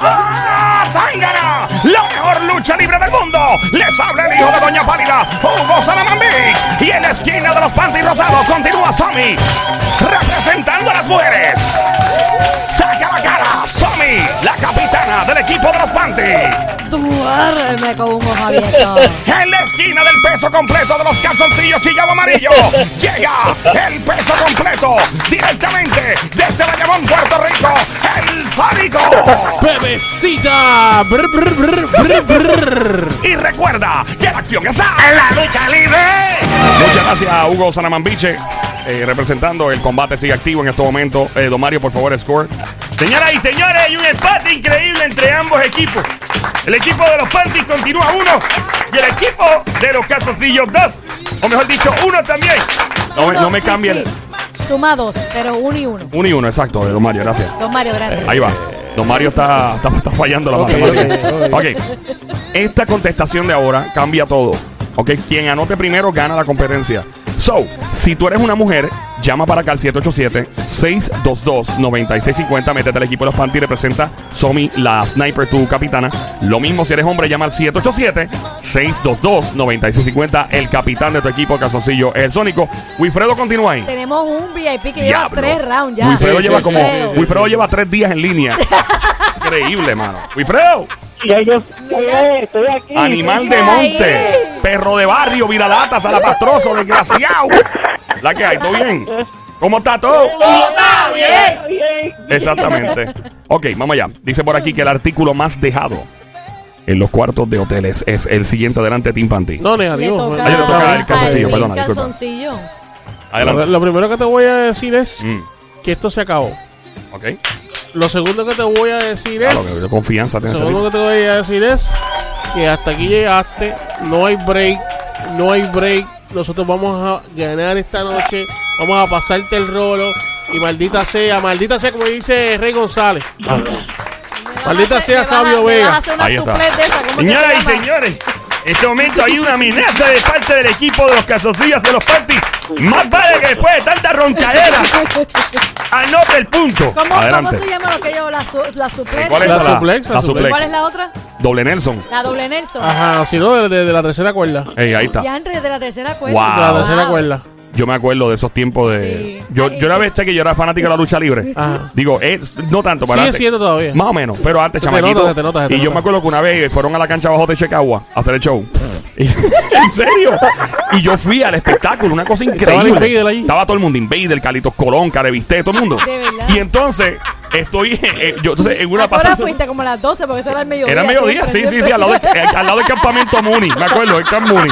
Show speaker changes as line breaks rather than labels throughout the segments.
¡Ah! libre del mundo. Les habla el hijo de Doña Pálida, Hugo Salamambic. Y en la esquina de los panty rosados continúa Sammy, representando a las mujeres. Saca la cara, Sammy, la capitana del equipo de los panty.
Duérmeme con un ojo abierto.
En la esquina del peso completo de los calzoncillos chillado amarillo llega el peso completo directamente desde Bayamón, Puerto Rico, el Sónico.
Bebecita. Brr, brr, brr, brr, brr.
Y recuerda que la acción está en la lucha libre. Muchas gracias a Hugo Sanamambiche eh, representando el combate sigue activo en este momento. Eh, don Mario, por favor, score.
Señoras y señores, hay un empate increíble entre ambos equipos. El equipo de los Panties continúa uno y el equipo de los Calzoncillos dos. O mejor dicho, uno también.
No, me- Pues no me
Sí,
cambien.
sí. Suma dos, pero uno y uno.
Uno y uno, exacto, eh, don Mario, gracias.
Don Mario, gracias.
Ahí va. Don Mario está, está, está fallando la
Ok,
matemática.
ok,
ok. Esta contestación de ahora cambia todo. Ok, quien anote primero gana la competencia. So, si tú eres una mujer, llama para acá al 787-622-9650. Métete al equipo de los Panty. Representa Somi, la sniper, tu capitana. Lo mismo si eres hombre, llama al 787-622-9650. El capitán de tu equipo, Calzoncillo, el Sónico. Wilfredo, continúa ahí.
Tenemos un VIP que lleva
Diablo.
tres rounds ya.
Wilfredo
Sí,
lleva
sí,
como.
sí, sí, sí.
Wilfredo lleva tres días en línea. Increíble, mano. Wilfredo,
Ya yo eh, estoy aquí.
animal de
Ahí.
monte, perro de barrio, viralata, salapastroso, desgraciado. La que hay, ¿todo bien? ¿Cómo está todo?
¡Está bien!
Exactamente. Ok, vamos allá. Dice por aquí que el artículo más dejado en los cuartos de hoteles es el siguiente adelante, Team Panty.
No,
Le
negativo.
toca
Ayer le toca el
al
calzoncillo,
Team
perdona, disculpa.
calzoncillo.
Lo,
Adelante.
lo primero que te voy a decir es
Mm,
que esto se acabó.
ok.
Lo segundo que te voy a decir
Claro,
es.
Ah, que confianza
Lo
tiene este
segundo que te voy a decir es que hasta aquí llegaste. No hay break. No hay break. Nosotros vamos a ganar esta noche. Vamos a pasarte el rolo. Y maldita sea, maldita sea, como dice Rey González. Maldita sea Sabio Vega.
Ahí
Ahí
está.
está.
Señoras y señores, en este momento hay una amenaza de parte del equipo de los Calzoncillos de los Panties. Más vale que después de tanta roncadera, anota el punto.
¿Cómo,
Adelante.
¿Cómo se llama lo que yo? La, su, la suplente.
¿Cuál es
La
esa?
suplex, la
la
suplex.
suplex.
¿Cuál es la otra?
Doble Nelson.
La doble Nelson.
Ajá, si no, de, de- de la tercera cuerda.
Ey, ahí está.
Y antes de la tercera cuerda.
Wow.
De la tercera cuerda.
Yo me acuerdo de esos tiempos de.
Sí.
Yo, yo una vez que yo era fanático de la lucha libre.
Ajá.
Digo, eh, no tanto para.
Ah. Sigue
antes.
siendo todavía.
Más o menos, pero antes,
Se te
chamaquito.
nota, se te nota, se te
y yo
nota.
me acuerdo que una vez fueron a la cancha bajo de Checagua a hacer el show.
Ah.
Y- ¿En serio? Y yo fui al espectáculo, una cosa
Estaba el
increíble.
Invader ahí.
Estaba todo el mundo, Invader, Calitos Colón, Careviste, todo el mundo.
De verdad.
Y entonces, estoy. eh, yo, entonces, en una
Ahora
pasada.
fuiste como a las 12 porque eso era el mediodía.
Era mediodía, sí, sí, sí, al lado, de- eh, al lado del campamento Muni, me acuerdo, el Camp Muni.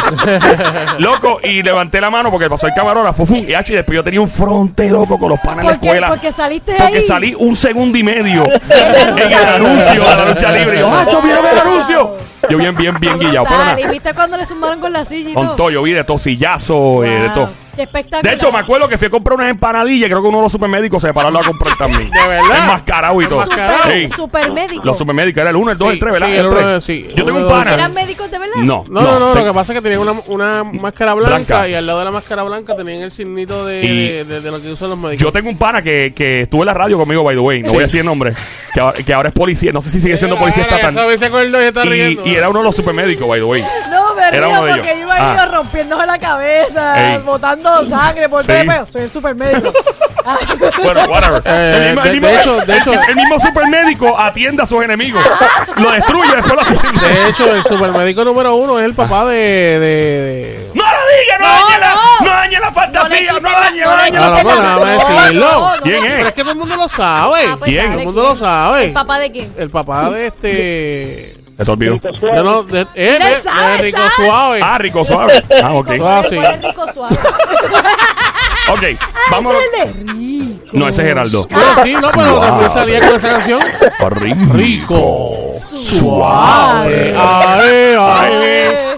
Loco, y levanté la mano porque pasó el camarógrafo, fue y ach, y después yo tenía un fronte loco con los panas en la
¿Por qué?
escuela.
Porque saliste
porque
ahí.
salí un segundo y medio en el anuncio de la lucha libre. Y yo, ¡Acho, vieron el anuncio! Yo bien, bien, bien guillado. Pero
Brutal. ¿Y
nada,
viste cuando le sumaron con la silla y
con
todo?
todo, yo vi de tosillazo, eh, de
Wow.
todo.
Qué espectacular.
De hecho, me acuerdo que fui a comprar unas empanadillas, creo que uno de los supermédicos se paró a comprar también.
De verdad.
Enmascarado y todo.
Enmascarado.
Sí.
Super, supermédico.
Los supermédicos, era el 1, el 2,
Sí,
el 3, ¿verdad?
sí,
El
el uno,
tres.
sí.
Yo tengo
Uno,
un
dos,
pana.
¿Eran médicos de verdad?
No,
No, no, no,
te-
lo que pasa es que tenían una, una máscara blanca,
Blanca.
y al lado de la máscara blanca tenían el signito de,
Y-
de, de- de lo que usan los médicos.
Yo tengo un pana que, que estuvo en la radio conmigo, by the way, no voy a decir el nombre, que ahora, que ahora es policía, no sé si sigue siendo policía
Eh, Ahora, ya
estatal.
sabe, se acordó y está riendo.
Y, y era uno de los supermédicos, by the way.
No, me
Era
río
uno de
porque
ellos.
iba a ir
Ah.
rompiéndose la cabeza,
Ey.
botando sangre por
Sí.
todo el pedo. Soy el supermédico. Ah.
Bueno, whatever.
Eh, de- de hecho- de hecho-
el mismo supermédico atiende a sus enemigos, lo destruye, después lo atiende.
De hecho, el supermédico número uno es el
Ah.
papá de... de-
¡No lo diga! ¡No,
No,
dañe, la,
no.
no dañe la
No le
fantasía! ¡No,
quiten la-
dañe, no
no le
dañe
de...
la
quiten
Ahora,
la-
vamos a
no,
decirlo.
no, no.
¿Quién
Pero
es?
es que todo el mundo lo sabe.
Ah, pues,
¿Quién?
dale,
Todo el mundo lo sabe.
¿El papá de quién?
El papá de este...
Se te olvidó.
Yo no, de, eh, de- de
sabe,
Rico
sabe.
Suave.
Ah, rico, suave. Ah, ok.
Ah, sí.
¿Cuál es rico suave?
Ok,
Ah,
vamos.
Ese es el de rico.
No, ese es Geraldo.
Bueno, sí, no, pero también salía con esa canción.
Rico.
Rico. Suave. Ae, ae.
Ay,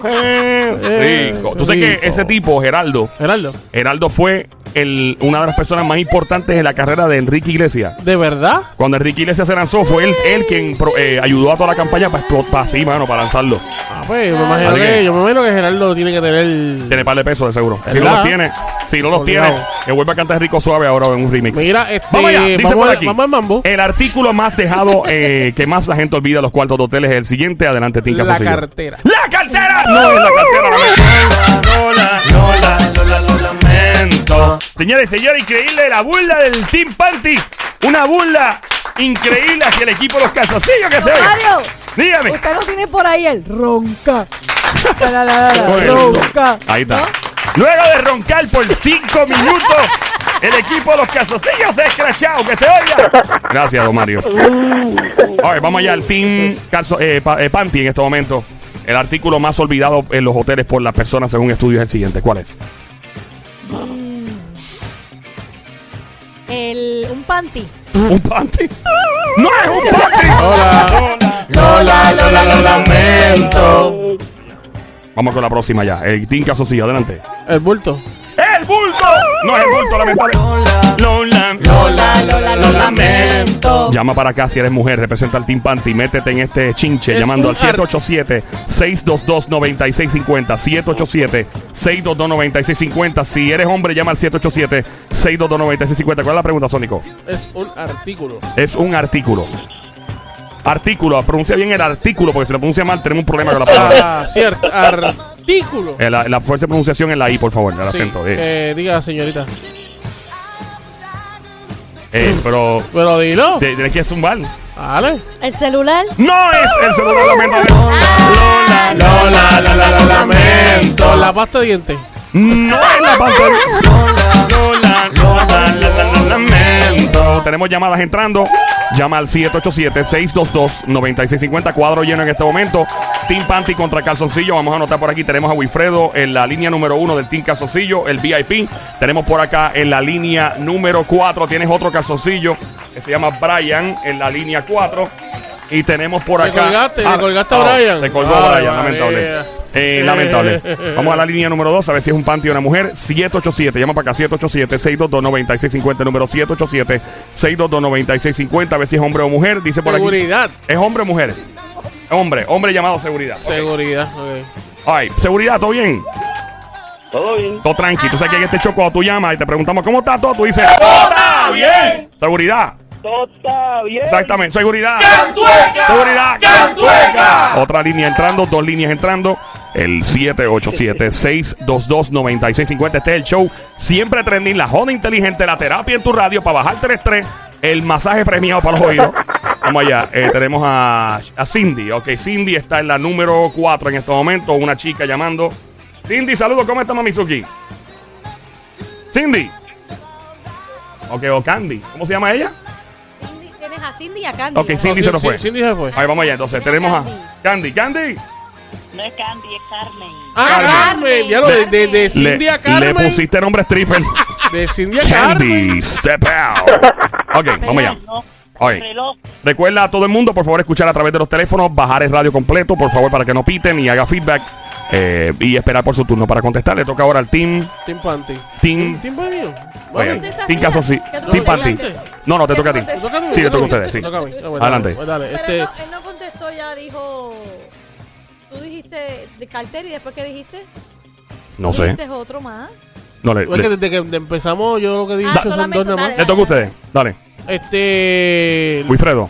eh, Rico. Tú sabes que
rico.
ese tipo, Geraldo,
Gerardo,
Geraldo fue el, una de las personas más importantes en la carrera de Enrique Iglesias.
¿de verdad?
Cuando Enrique Iglesias se lanzó, fue él, él quien pro- eh, ayudó a toda la campaña para así, mano, para lanzarlo.
Ah, pues yo me imagino
Así
que,
que-
yo me imagino que Gerardo tiene que tener.
Tiene par de pesos, de seguro. Si no
¿Verdad?
los tiene, si no los tiene,
Obligado.
que vuelve a cantar Rico Suave ahora en un remix.
Mira, este,
Vamos allá, dice
vamos
por
al-
aquí.
vamos al mambo.
El artículo más dejado eh, que más la gente olvida de los cuartos de hoteles es el siguiente. Adelante, Tinka.
La
Sosillo.
cartera.
¡La cartera! No es la cartera, la verdad. No la, no la, no la, lo lamento. Señores, señores, increíble la burla del Team Panty. Una burla increíble hacia el equipo de los calzoncillos que se ve.
Mario,
Dígame.
usted no tiene por ahí el ronca. La, la, la, la,
Bueno,
ronca.
Ahí está.
¿No?
Luego de roncar por cinco minutos, el equipo de los calzoncillos de escrachado, que se oiga. Gracias, don Mario. A ver, vamos allá al Team calzo- eh, pa- eh, Panty en este momento. El artículo más olvidado en los hoteles por las personas según estudios es el siguiente. ¿Cuál es?
El, un panty.
¿Un panty? ¡No es un panty!
Hola. Lola, Lola, lo lamento.
Vamos con la próxima ya. El Team Calzoncillo, adelante.
El bulto.
¡El bulto! No es el bulto, lamentable. Lola.
Lola, Lola, lo
lamento.
Llama para acá si eres mujer, representa al Team Panty, métete en este chinche
Es
llamando
un
al 787-622-9650. 787-622-9650. Si eres hombre, llama al 787-622-9650. ¿Cuál es la pregunta, Sónico?
Es un artículo.
Es un artículo. Artículo, pronuncia bien el artículo, porque si lo pronuncia mal tenemos un problema con la palabra.
Ah, cierto. Artículo.
Eh, La, la fuerza de pronunciación en la I, por favor, el
Sí,
acento. eh.
eh, diga, señorita.
Eh, pero
Pero dilo.
te- tienes que zumbar.
Vale.
El celular. Ah,
No es el celular, lamentablemente.
Ah,
Lola,
Lola, Lola, lo lamento. La pasta de dientes.
No es la pantalla. Lola, Lola, Lola, Lola, lamento. Tenemos llamadas entrando. Llama al 787-622-9650. Cuadro lleno en este momento. Team Panty contra Calzoncillo. Vamos a anotar por aquí. Tenemos a Wilfredo en la línea número uno del Team Calzoncillo, el VIP. Tenemos por acá en la línea número cuatro. Tienes otro calzoncillo que se llama Brian en la línea cuatro. Y tenemos por
Te
acá.
colgaste,
Ah,
te colgaste a
no,
Brian.
Se colgó
Ay,
Brian,
María.
lamentable. Eh, lamentable. Vamos a la línea número 2, a ver si es un panty o una mujer. 787, llama para acá, 787-622-9650, número 787-622-9650, a ver si es hombre o mujer. Dice por
Seguridad.
aquí. ¿Es hombre o mujer? Hombre, hombre llamado seguridad.
Seguridad. ok.
Ay, seguridad, ¿todo bien?
Todo bien.
Todo tranqui. Tú sabes que en este show cuando tú llamas y te preguntamos cómo está todo, tú dices...
¡Está bien!
Seguridad.
Todo está bien.
Exactamente, seguridad.
¡Cantueca!
Seguridad.
¡Cantueca!
Otra línea entrando, dos líneas entrando. El 787-622-9650. Este es el show. Siempre trending, la joda inteligente, la terapia en tu radio para bajar 3-3. El masaje premiado para los oídos. Vamos allá. Eh, tenemos a, a Cindy. Ok, Cindy está en la número 4 en este momento. Una chica llamando. Cindy, saludos. ¿Cómo está Mamizuki? Cindy. Ok, o Candy. ¿Cómo se llama ella?
Cindy, tienes a Cindy y a Candy.
Ok, Cindy
No,
se nos
Cin-
fue.
Cin- Cindy se fue.
Ahí vamos allá. Entonces, tenemos a Candy. Candy.
No es Candy, es Carmen.
Ah,
Carmen.
Carmen. Ya lo de, de, de Cindy a
le
Carmen.
pusiste nombre stripper.
De Cindy a Carmen.
Candy, step out. Ok, vamos allá.
No,
Ok.
reloj.
Recuerda a todo el mundo, por favor, escuchar a través de los teléfonos, bajar el radio completo, por favor, para que no piten y haga feedback. eh, y esperar por su turno para contestar. Le toca ahora al team.
Team Panty.
Team.
Team Panty.
Oye,
Vale.
contestaste
team caso sí.
ya? ¿Ya tú
Team party.
contestaste?
No, no, te
¿Ya
toca a
tú
ti.
Me toca a mí,
Sí,
me
le toca a
toca a mí,
ustedes, sí.
me toca a mí. Ah, bueno,
Adelante.
bueno, dale,
Pero
este-
él, no, él no contestó, ya dijo. Tú dijiste de cartera y después qué dijiste?
No
Tú
sé.
Dijiste otro más.
No le.
pues Es que
Le,
desde que empezamos, yo lo que he dicho
Ah,
son
solamente
dos nada más.
dale.
le toca a ustedes. Dale.
Este.
Wilfredo.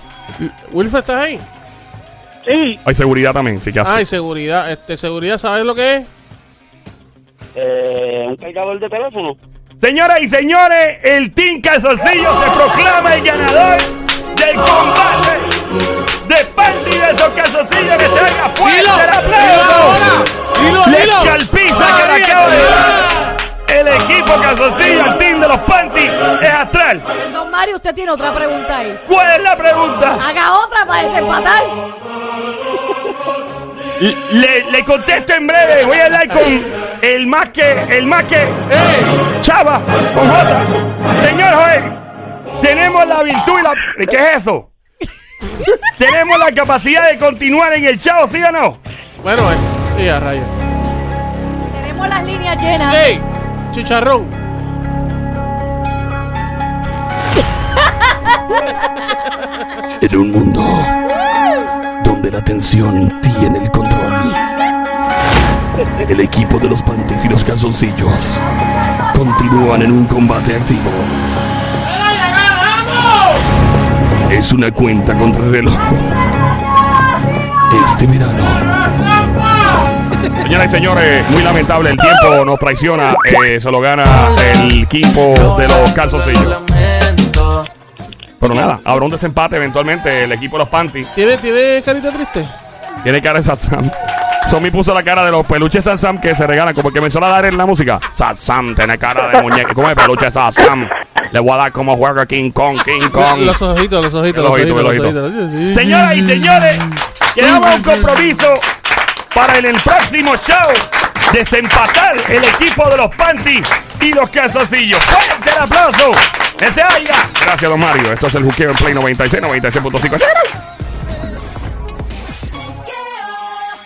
Wilfred, ¿estás ahí?
Sí.
Hay seguridad también, sí que hace.
Ay, seguridad. Este, seguridad, ¿sabes lo que es?
Eh, un cargador de teléfono.
Señoras y señores, el Team Calzoncillo se proclama el ganador del combate de Panty de los calzoncillos que se haga fuerte
¡Dilo!
el
¡Dilo
aplauso.
ahora! ¡Dilo,
Leche
dilo!
al piso,
¡Está
ahora
bien,
acaba de
está
El equipo calzoncillo, el team de los Panty es astral.
Don Mario, usted tiene otra pregunta ahí.
¿Cuál es la pregunta?
Haga otra para desempatar.
Le, le contesto en breve. Voy a hablar con el más que, el más que
bien! ¡Ey!
Chava, con J. Señor Joel, tenemos la virtud y la. ¿Qué es eso? tenemos la capacidad de continuar en el chavo, ¿sí o no?
Bueno, eh, y a rayos.
Tenemos las líneas llenas.
Sí. Chicharrón.
En un mundo donde la tensión tiene el control. El equipo de los panties y los calzoncillos continúan en un combate activo. Es una cuenta contra el reloj. Este verano,
Señoras y señores, muy lamentable el tiempo nos traiciona. eh, se lo gana el equipo de los calzoncillos. Pero nada, habrá un desempate eventualmente. El equipo de los panties
¿Tiene, tiene carita triste?
tiene cara de Satsam. Somi puso la cara de los peluches Satsam que se regalan, como el que me suele dar en la música. Satsam tiene cara de muñeca. ¿Cómo es peluche Satsam? Le voy a dar como juega King Kong, King Kong.
Los ojitos, los
El
ojitos, los
ojito,
ojitos,
el ojito.
los ojitos. Sí, sí.
Señoras y señores, quedamos a un compromiso para en el próximo show desempatar el equipo de los panties y los calzoncillos. ¡Fuerte el aplauso! ¡Que se oiga!
Gracias, don Mario. Esto es el Juqueo en Play 96, 96.5.